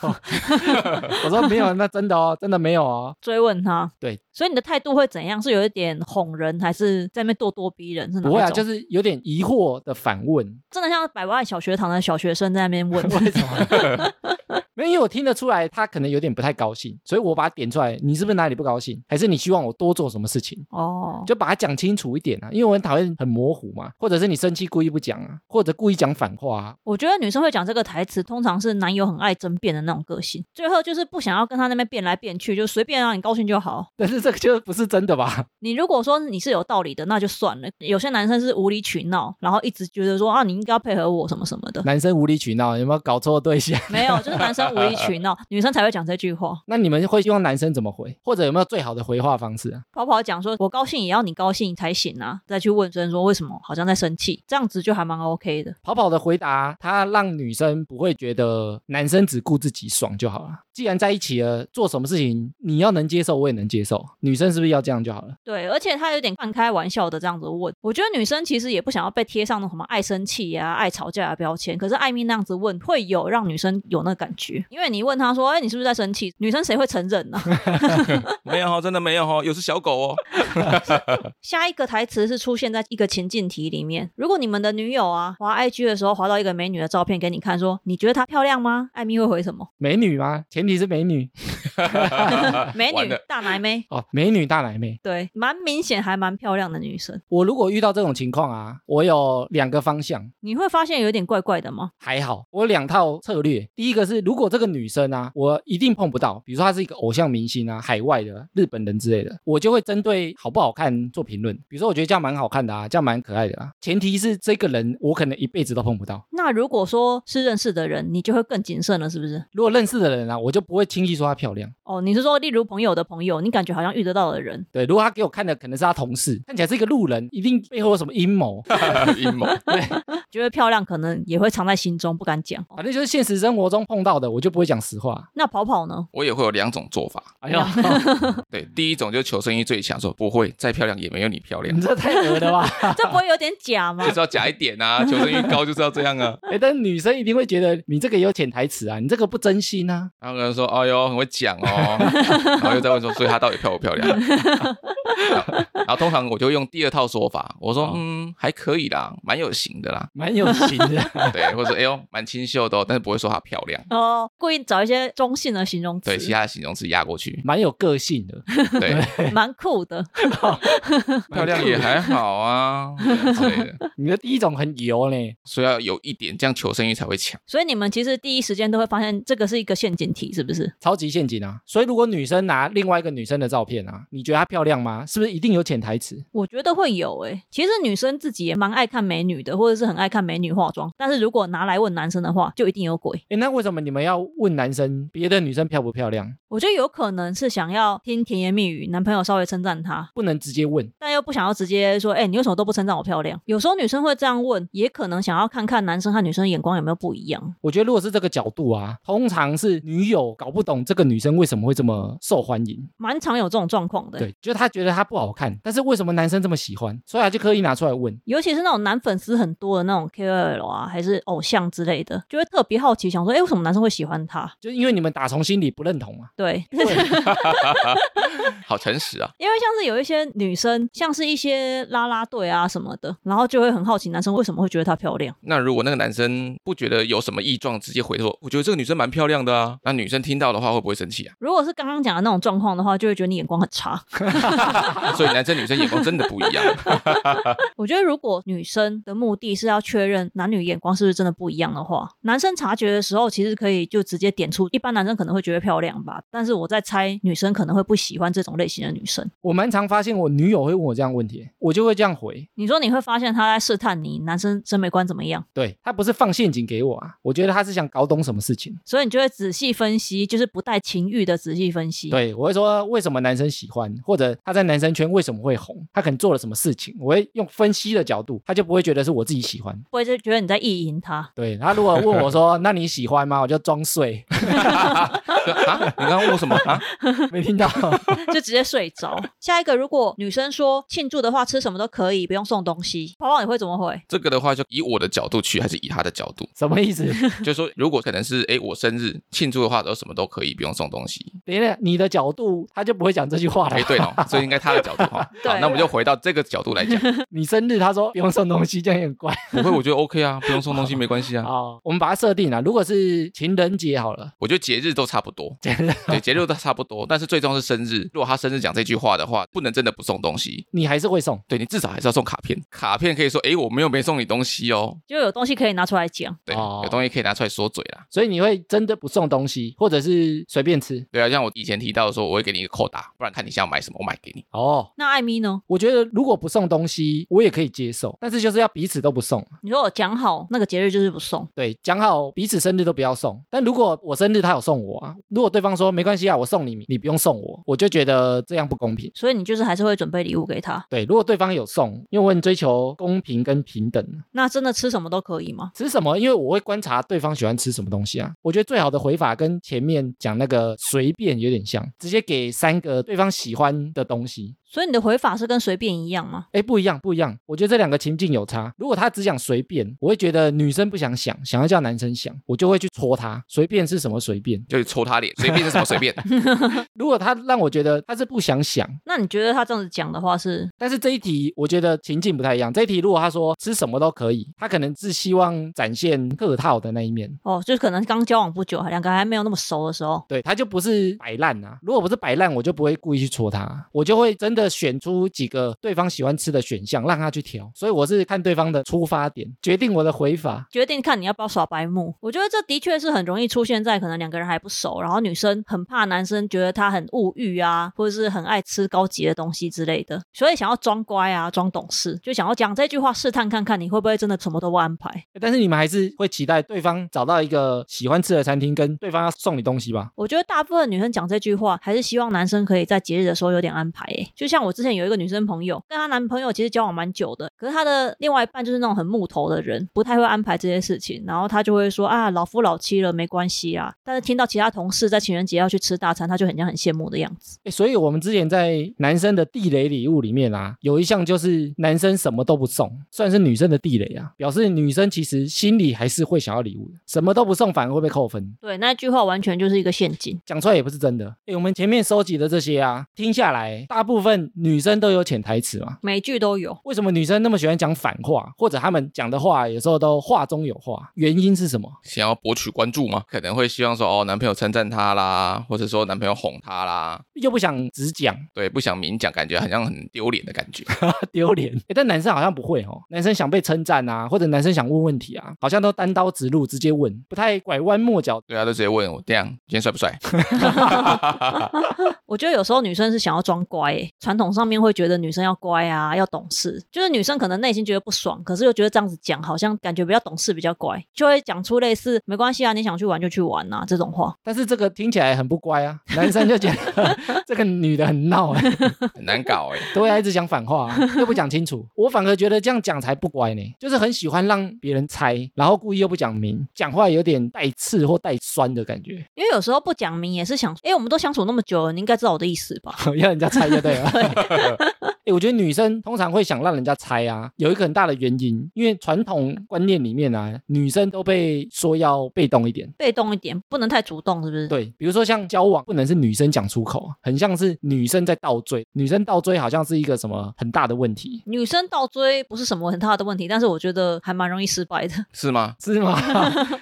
我说没有，那真的哦，真的没有哦。追问他。对，所以你的态度会怎样？是有一点哄人，还是在那边咄咄逼人？是哪一不会啊，种就是有点疑惑的反问，真的像百万小学堂的小学生在那边 问为什么？没有，因为我听得出来他可能有点不太高兴，所以我把他点出来，你是不是哪里不高兴？还是你希望我多做什么事情？ 哦，就把它讲清楚一点啊，因为我很讨厌很模糊嘛，或者是你生气故意不讲啊，或者故意讲反话啊， 我觉得女生会讲这个台词，通常是男友很爱争辩的那种个性，最后就是不想要跟他那边辩来辩去，就随便让你高兴就好。但是这个就不是真的吧？，你如果说你是有道理的，那就算了。有些男生是无理取闹，然后一直觉得说啊，你应该要配合我什么什么的男生无理取闹，有没有搞错对象？ 没有，就是男生无理取闹，女生才会讲这句话。那你们会希望男生怎么回，或者有没有最好的回话方式啊？跑跑讲说，我高兴也要你高兴才行啊，再去问真说为什么好像在生气，这样子就还蛮 OK 的。跑跑的回答，他让女生不会觉得男生只顾自己爽就好了。既然在一起了，做什么事情你要能接受，我也能接受。女生是不是要这样就好了？对，而且他有点半开玩笑的这样子问，我觉得女生其实也不想要被贴上那种什么爱生气呀、爱吵架的标签。可是艾米那样子问，会有让女生有那感觉，因为你问她说：“哎、你是不是在生气？”女生谁会承认呢、 没有哦，真的没有哦，有是小狗哦。 下一个台词是出现在一个情境题里面。如果你们的女友啊滑 IG 的时候滑到一个美女的照片给你看说你觉得她漂亮吗？”艾米会回什么？美女吗？前提是美女美啊完女了，大奶妹。哦，美女大奶妹。对，蛮明显，还蛮漂亮的女生，我如果遇到这种情况啊，我有两个方向。你会发现有点怪怪的吗？还好，我有两套策略。第一个是，如果这个女生啊，我一定碰不到，比如说她是一个偶像明星啊，海外的日本人之类的，我就会针对好不好看做评论。比如说，我觉得这样蛮好看的啊，这样蛮可爱的啊。前提是这个人我可能一辈子都碰不到。那如果说是认识的人，你就会更谨慎了，是不是？如果认识的人啊，我就不会轻易说她漂亮。哦，你是说例如朋友的朋友，你感觉好像遇得到的人，对，如果她给我看的可能是她同事，看起来是一个路人，一定背后有什么阴谋。阴谋，觉得漂亮，可能也会藏在心中不敢讲。哦反正就是现实生活中碰到的，我就不会讲实话。那跑跑呢？ 我也会有两种做法。哎呦，对，第一种就是求生欲最强，说不会再漂亮也没有你漂 亮你，这太恶了吧？这不会有点假吗就？是要假一点啊，求生欲高就是要这样啊。哎，但女生一定会觉得你这个有潜台词啊，你这个不真心啊。然后跟他说：“哎呦，很会讲哦。”然后又再问说：“所以她到底漂不漂亮？”然后通常我就用第二套说法，我说哦：“，嗯，还可以啦，蛮有型的啦蛮有型的。。对，或者说哎呦，蛮清秀的、哦，但是不会说她漂亮。”哦，故意找一些中性的形容词，对，其他的形容词压过去蛮有个性的，对，蛮酷的。漂亮也还好啊对之类的，你的第一种很油呢，所以要有一点，这样求生欲才会强。所以你们其实第一时间都会发现这个是一个陷阱题，是不是？超级陷阱啊！所以如果女生拿另外一个女生的照片啊，你觉得她漂亮吗？是不是一定有潜台词？我觉得会有诶、其实女生自己也蛮爱看美女的，或者是很爱看美女化妆，但是如果拿来问男生的话，就一定有鬼。诶，那为什么你们要问男生别的女生漂不漂亮？我觉得有可能是想要听甜言蜜语，男朋友稍微称赞她，不能直接问，但又不想要直接说，哎、你为什么都不称赞我漂亮？有时候女生会这样问，也可能想要看看男生和女生的眼光有没有不一样。我觉得如果是这个角度啊，通常是女友搞不懂这个女生为什么会这么受欢迎，蛮常有这种状况的、对，就是她觉得她不好看，但是为什么男生这么喜欢，所以她就刻意拿出来问。尤其是那种男粉丝很多的那种 KOL 啊，还是偶像之类的，就会特别好奇，想说，哎、为什么男生会喜欢她？就是因为你们打从心里不认同啊，对，好诚实啊，因为像是有一些女生，像是一些啦啦队啊什么的，然后就会很好奇男生为什么会觉得她漂亮。那如果那个男生不觉得有什么异状，直接回说：“我觉得这个女生蛮漂亮的啊。”那女生听到的话会不会生气啊？如果是刚刚讲的那种状况的话，就会觉得你眼光很差。所以男生女生眼光真的不一样。我觉得，如果女生的目的是要确认男女眼光是不是真的不一样的话，男生察觉的时候，其实可以就直接点出，一般男生可能会觉得漂亮吧，但是我在猜，女生可能会不喜欢这种类型的女生。我蛮常发现我女友会问我这样的问题，我就会这样回。你说你会发现她在试探你男生审美观怎么样，对她不是放陷阱给我啊，我觉得她是想搞懂什么事情。所以你就会仔细分析，就是不带情欲的仔细分析。，对我会说为什么男生喜欢，或者他在男生圈为什么会红，他可能做了什么事情，我会用分析的角度，他就不会觉得是我自己喜欢。不会就觉得你在意淫她。对他如果问我 说那你喜欢吗，我就装睡，啊，你刚刚问我什么啊？没听到。就直接睡着。 下一个，如果女生说庆祝的话，吃什么都可以，不用送东西，泡泡你会怎么回？这个的话，就以我的角度去，还是以他的角度？什么意思？就是说，如果可能是哎我生日庆祝的话，都什么都可以，不用送东西。等一下，你的角度他就不会讲这句话了哎，。对哦，所以应该他的角度哈。 对好，那啊我们就回到这个角度来讲，你生日他说不用送东西，这样也很怪。不会，我觉得 OK 啊，不用送东西没关系啊。好，我们把它设定了。如果是情人节好了， 我觉得节日都差不多，节日对，节日都差不多，但是最重要是生日。如果他生日讲这句话的话，不能真的不送东西，你还是会送。对你至少还是要送卡片。卡片可以说，哎，我没有没送你东西哦，就有东西可以拿出来讲。对，哦有东西可以拿出来说嘴啦。所以你会真的不送东西，或者是随便吃对啊，像我以前提到的说，我会给你一个扣打，不然看你想要买什么，我买给你。哦。那艾米呢？我觉得如果不送东西，我也可以接受，但是就是要彼此都不送。你说我讲好那个节日就是不送，对，讲好彼此生日都不要送。但如果我生日他有送我啊，如果对方说没关系啊，我送你，你不用送我，我就觉得这样不公平。所以你就是还是会准备礼物给她。对，如果对方有送，因为我很追求公平跟平等，那真的吃什么都可以吗？吃什么？因为我会观察对方喜欢吃什么东西啊。我觉得最好的回法跟前面讲那个随便有点像，直接给三个对方喜欢的东西。所以你的回法是跟随便一样吗？哎，不一样，不一样。我觉得这两个情境有差。如果他只讲随便，我会觉得女生不想想，想要叫男生想，我就会去戳他。随便是什么随便？就是抽他脸，随便是什么随便， 如果他让我觉得他是不想想，那你觉得他这样子讲的话是但是这一题我觉得情境不太一样。这一题如果他说吃什么都可以，他可能是希望展现客套的那一面。哦，就可能刚交往不久，两个还没有那么熟的时候，对他就不是摆烂啊。如果不是摆烂，我就不会故意去戳他，啊我就会真的选出几个对方喜欢吃的选项让他去挑。所以我是看对方的出发点决定我的回法。决定看你要不要耍白目。我觉得这的确是很容易出现在可能两个人还不熟，然后女生很怕男生觉得她很物欲啊，或者是很爱吃高级的东西之类的，所以想要装乖啊，装懂事，就想要讲这句话试探看看你会不会真的什么都安排。但是你们还是会期待对方找到一个喜欢吃的餐厅，跟对方要送你东西吧？我觉得大部分女生讲这句话，还是希望男生可以在节日的时候有点安排。诶，就像我之前有一个女生朋友，跟她男朋友其实交往蛮久的，可是她的另外一半就是那种很木头的人，不太会安排这些事情。然后她就会说啊，老夫老妻了，没关系啊。但是听到其他同事在情人节要去吃大餐，她就很像很羡慕的样子。诶所以我们之前在男生的地雷礼物里面啊，有一项就是男生什么都不送，算是女生的地雷啊，表示女生其实心里还是会想要礼物的，什么都不送反而会被扣分。对，那句话完全就是一个陷阱。讲出来也不是真的。哎，我们前面收集的这些啊，听下来，大部分女生都有潜台词嘛。每一句都有，为什么女生那么喜欢讲反话，或者她们讲的话有时候都话中有话？原因是什么？想要博取关注嘛，可能会希望说哦，男朋友称赞她啦，或者说男朋友哄她啦，又不想只讲，对，不想明讲，感觉好像很丢脸的感觉。 丢脸。哎，但男生好像不会哦，男生想被称赞啊，或者男生想问问题啊，好像都单刀直入，直接问，不太拐弯抹角。对啊，就直接问我这样，今天帅不 帅？我觉得有时候女生是想要装乖、欸，传统上面会觉得女生要乖啊，要懂事，就是女生可能内心觉得不爽，可是又觉得这样子讲好像感觉比较懂事，比较乖，就会讲出类似“没关系啊，你想去玩就去玩啊”这种话。但是这个听起来很不乖啊，男生就觉得 这个女的很闹、欸，很难搞哎、对啊，一直讲反话、啊，又不讲清楚。我反而觉得这样讲才不乖呢，就是很喜欢让别人猜，然后故意又不讲明，讲话有点带刺或带酸的感觉，因为有时候不讲明也是想，哎、我们都相处那么久了，你应该知道我的意思吧？ 要人家猜就对了。 哎、我觉得女生通常会想让人家猜啊，有一个很大的原因，因为传统观念里面啊，女生都被说要被动一点。被动一点，不能太主动，是不是？对，比如说像交往，不能是女生讲出口啊，很像是女生在倒追，女生倒追好像是一个什么很大的问题，女生倒追不是什么很大的问题，但是我觉得还蛮容易失败的。是吗？是吗？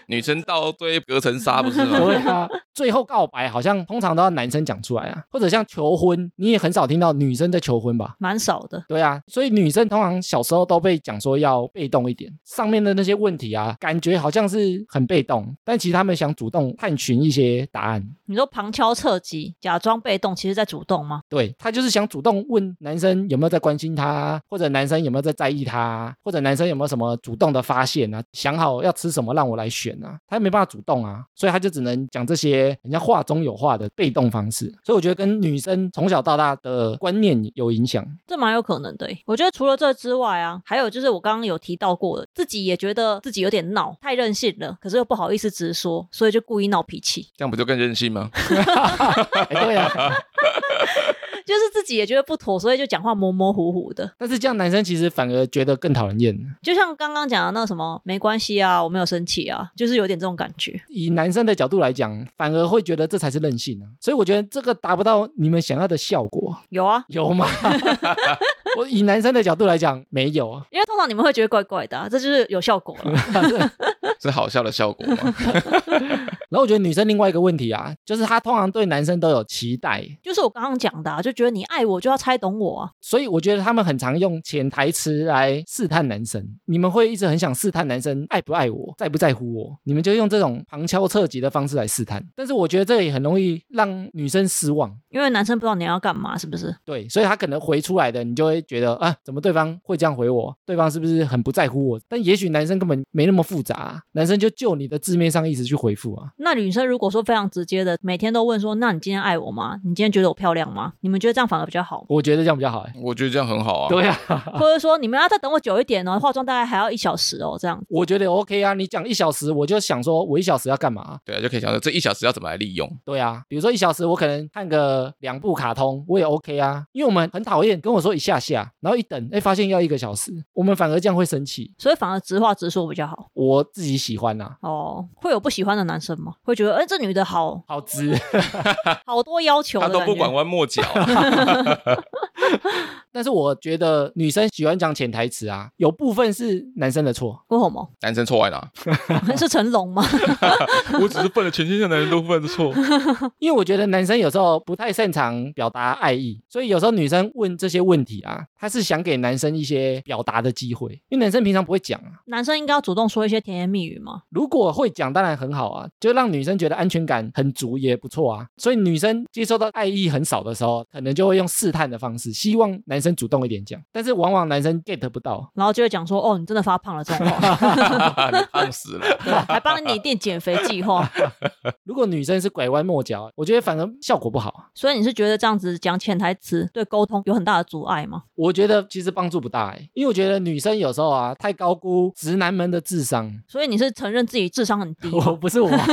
女生倒追隔层纱不是 吗？对啊，最后告白好像通常都要男生讲出来啊，或者像求婚，你也很少听到女生在求婚吧？蛮蛮少的。对啊，所以女生通常小时候都被讲说要被动一点，上面的那些问题啊，感觉好像是很被动，但其实她们想主动探寻一些答案。你说旁敲侧击，假装被动，其实在主动吗？对她就是想主动问男生有没有在关心她，或者男生有没有在在意她，或者男生有没有什么主动的发现啊，想好要吃什么让我来选啊，她没办法主动啊，所以她就只能讲这些人家话中有话的被动方式。所以我觉得跟女生从小到大的观念有影响。这蛮有可能的欸。我觉得除了这之外啊，还有就是我刚刚有提到过的，自己也觉得自己有点闹，太任性了，可是又不好意思直说，所以就故意闹脾气。 这样不就更任性吗？ 哎，对啊。 就是自己也觉得不妥，所以就讲话模模糊糊的。但是这样男生其实反而觉得更讨人厌。就像刚刚讲的那什么，没关系啊，我没有生气啊，就是有点这种感觉。以男生的角度来讲，反而会觉得这才是任性啊。所以我觉得这个达不到你们想要的效果，有啊，有吗？ 我以男生的角度来讲，没有啊。因为通常你们会觉得怪怪的、啊，这就是有效果了。是好笑的效果 吗？然后我觉得女生另外一个问题啊，就是她通常对男生都有期待，就是我刚刚讲的、啊，就觉得你爱我就要猜懂我啊。所以我觉得他们很常用潜台词来试探男生。你们会一直很想试探男生爱不爱我，在不在乎我，你们就用这种旁敲侧击的方式来试探。但是我觉得这也很容易让女生失望。因为男生不知道你要干嘛，是不是？对，所以他可能回出来的，你就会觉得啊，怎么对方会这样回我？对方是不是很不在乎我？但也许男生根本没那么复杂啊、男生就就你的字面上意思去回复啊。那女生如果说非常直接的，每天都问说，那你今天爱我吗？你今天觉得我漂亮吗？你们觉得这样反而比较好 吗？我觉得这样比较好哎、我觉得这样很好啊。对啊， 或者说你们要再等我久一点哦，化妆大概还要一小时哦，这样。我觉得 OK 啊。你讲一小时，我就想说我一小时要干嘛？对啊，就可以想到这一小时要怎么来利用。对啊，比如说一小时，我可能看个两部卡通，我也 OK 啊。因为我们很讨厌跟我说一下下，然后一等，哎，发现要一个小时，我们反而这样会生气。所以反而直话直说比较好我自己喜欢呐、啊，哦。会有不喜欢的男生吗？会觉得，哎、这女的好好直。好多要求他的都感不觉。拐弯抹角啊、但是我觉得女生喜欢讲潜台词啊，有部分是男生的错。为什么？ 男生错在哪？是成龙吗？ 我只是犯了全天下男人都犯的错。因为我觉得男生有时候不太擅长表达爱意，所以有时候女生问这些问题啊，她是想给男生一些表达的机会，因为男生平常不会讲啊。男生应该要主动说一些甜言蜜语吗？如果会讲，当然很好啊，就让女生觉得安全感很足也不错啊。所以女生接受到爱意很少的时候，可能就会用试探的方式，希望男生主动一点讲，但是往往男生 get 不到。然后就会讲说，哦，你真的发胖了这种话，你胖死了。 还帮你拟定减肥计划。如果女生是拐弯抹角，我觉得反而效果不好啊。所以你是觉得这样子讲潜台词对沟通有很大的阻碍吗？我觉得其实帮助不大哎、因为我觉得女生有时候啊太高估直男们的智商。所以你是承认自己智商很低吗？ 我不是我，啊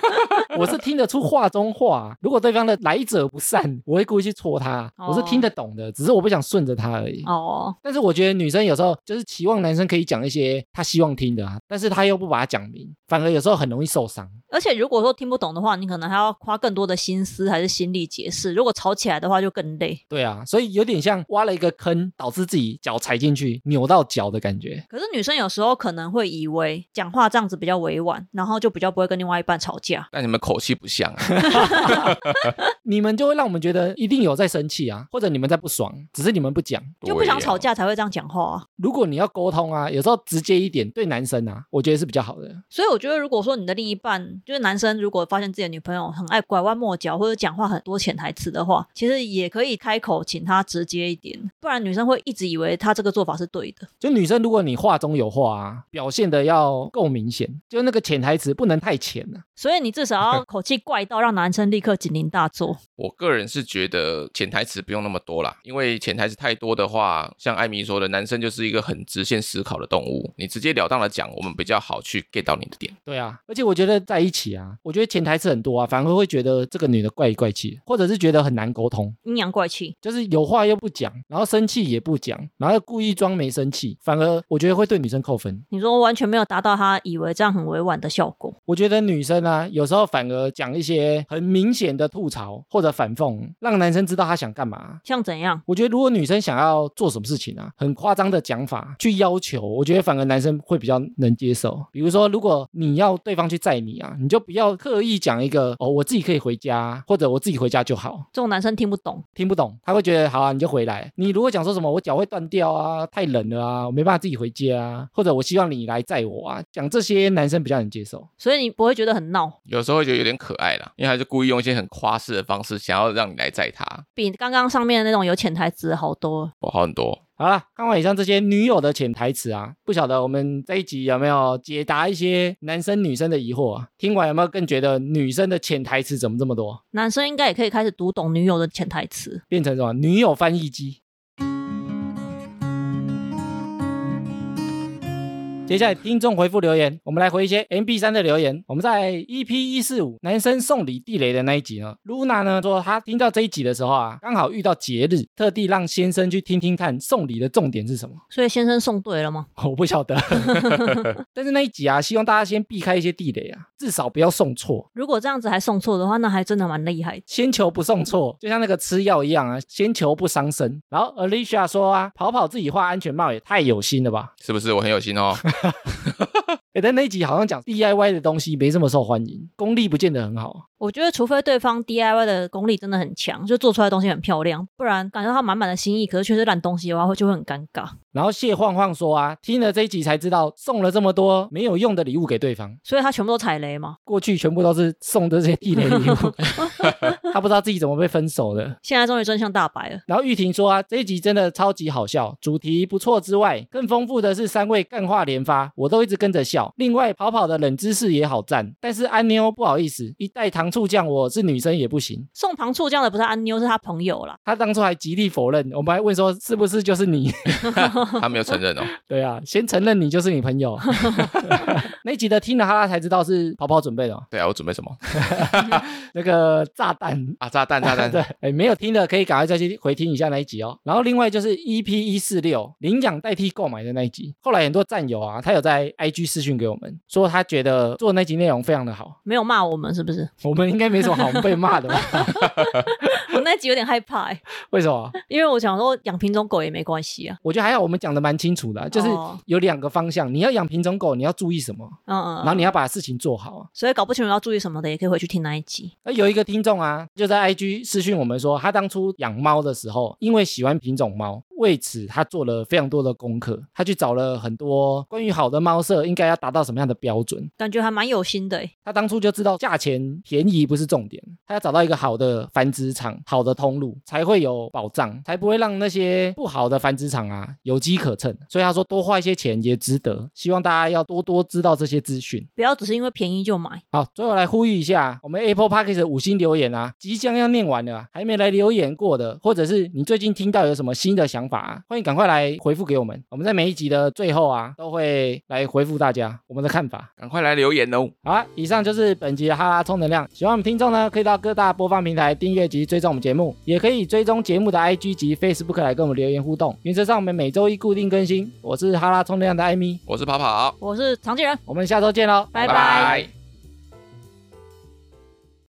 我是听得出话中话。啊如果对方的来者不善，我会故意去戳他。我是听得懂的，只是我不想顺着他而已。哦，但是我觉得女生有时候就是期望男生可以讲一些她希望听的啊，但是她又不把它讲明，反而有时候很容易受伤。而且如果说听不懂的话，你可能还要花更多的心思还是心力解释。如果吵起来的话，就更累。对啊，所以有点像挖了一个坑，导致自己脚踩进去，扭到脚的感觉。可是女生有时候可能会以为讲话这样子比较委婉，然后就比较不会跟另外一半吵架。但你们口气不像、 啊，你们就会让我们觉得一定有在生气啊，或者你们在不爽，只是你们不讲。就不想吵对啊。架才会这样讲话啊。如果你要沟通啊，有时候直接一点，对男生啊，我觉得是比较好的。所以我觉得，如果说你的另一半就是男生，如果发现自己的女朋友很爱拐弯抹角或者讲话很多潜台词的话，其实也可以开口请她直接一点，不然女生会一直以为她这个做法是对的。就女生，如果你话中有话啊，表现的要够明显，就那个潜台词不能太浅啊。所以你至少要口气怪到让男生立刻警铃大作。我个人是觉得潜台词不用那么多啦，因为潜台词太多的话，像艾米说的，男生就是一个很直线思考的动物，你直截了当的讲，我们比较好去 get 到你的点。对啊，而且我觉得在一起啊，我觉得潜台词很多啊，反而会觉得这个女的怪里怪气，或者是觉得很难沟通，阴阳怪气，就是有话又不讲，然后生气也不讲，然后又故意装没生气，反而我觉得会对女生扣分。你说完全没有达到她以为这样很委婉的效果。我觉得女生啊，有时候反而讲一些很明显的吐槽或者反讽，让男生知道她想干嘛。像怎样？我觉得如果女女生想要做什么事情啊，很夸张的讲法去要求，我觉得反而男生会比较能接受。比如说，如果你要对方去载你啊，你就不要刻意讲一个哦，我自己可以回家，或者我自己回家就好。这种男生听不懂，听不懂，他会觉得好啊，你就回来。你如果讲说什么我脚会断掉啊，太冷了啊，我没办法自己回家啊，或者我希望你来载我啊，讲这些男生比较能接受。所以你不会觉得很闹，有时候会觉得有点可爱啦，因为他就故意用一些很夸饰的方式，想要让你来载他，比刚刚上面的那种有潜台词好多。我好很多。好了，看完以上这些女友的潜台词啊，不晓得我们这一集有没有解答一些男生女生的疑惑啊？听完有没有更觉得女生的潜台词怎么这么多，男生应该也可以开始读懂女友的潜台词。变成什么女友翻译机？接下来听众回复留言，我们来回一些 MB 三的留言。我们在 EP 一四五男生送礼地雷的那一集呢，Luna 呢说她听到这一集的时候啊，刚好遇到节日，特地让先生去听听看送礼的重点是什么。所以先生送对了吗？我不晓得， 但是那一集啊，希望大家先避开一些地雷啊，至少不要送错，如果这样子还送错的话，那还真的蛮厉害的。先求不送错，就像那个吃药一样啊，先求不伤身。然后 Alicia 说啊，跑跑自己画安全帽也太有心了吧？是不是我很有心哦？诶，但那一集好像讲 DIY 的东西没这么受欢迎，功力不见得很好。我觉得，除非对方 DIY 的功力真的很强，就做出来的东西很漂亮，不然感受到满满的心意，可是却是烂东西的话，会就会很尴尬。然后谢晃晃说啊，听了这一集才知道送了这么多没有用的礼物给对方，所以他全部都踩雷嘛。过去全部都是送这些地雷礼物， 他不知道自己怎么被分手的。现在终于真相大白了，然后玉婷说啊，这一集真的超级好笑，主题不错之外，更丰富的是三位干话连发，我都一直跟着笑。另外，跑跑的冷知识也好赞，但是安妞不好意思，一袋糖醋酱我是女生也不行。送糖醋酱的不是安妞，是他朋友啦。她当初还极力否认，我们还问说是不是就是你？ 他没有承认 哦，对啊，先承认你就是你朋友。那一集的听了哈拉才知道是跑跑准备的、哦、对啊，我准备什么那个炸弹。啊？炸弹，炸 弹 对，，哎，没有听的可以赶快再去回听一下那一集哦。然后另外就是 EP 一四六领养代替购买的那一集，后来很多战友啊，他有在 IG 私讯给我们，说他觉得做那集内容非常的好。没有骂我们是不是？ 我们应该没什么好被骂的吧？我那集有点害怕、欸， 为什么？因为我想说养品种狗也没关系啊。我觉得还好，我们讲的蛮清楚的啊、就是哦有两个方向，你要养品种狗，你要注意什么，嗯嗯然后嗯，你要把事情做好啊。所以搞不清楚要注意什么的，也可以回去听那一集。那哎有一个听众啊，就在 IG 私讯我们说，他当初养猫的时候，因为喜欢品种猫，为此他做了非常多的功课，他去找了很多关于好的猫舍应该要达到什么样的标准。感觉还蛮有心的、欸，他当初就知道价钱便宜不是重点，他要找到一个好的繁殖场、好的通路，才会有保障，才不会让那些不好的繁殖场啊有机可乘。所以他说多花一些钱也值得，希望大家要多多知道这些资讯。不要只是因为便宜就买。好，最后来呼吁一下，我们 Apple Podcast 的五星留言啊，即将要念完了啊，还没来留言过的，或者是你最近听到有什么新的想法啊，欢迎赶快来回复给我们。我们在每一集的最后啊，都会来回复大家我们的看法。赶快来留言哦。好啊，以上就是本集的哈拉充能量。喜欢我们听众呢，可以到各大播放平台订阅及追踪我们节目，也可以追踪节目的 IG 及 Facebook 来跟我们留言互动。原则上我们每周一固定更新。我是哈拉充能量的艾米，我是跑跑，我是常见人，我们下周见喽，拜拜。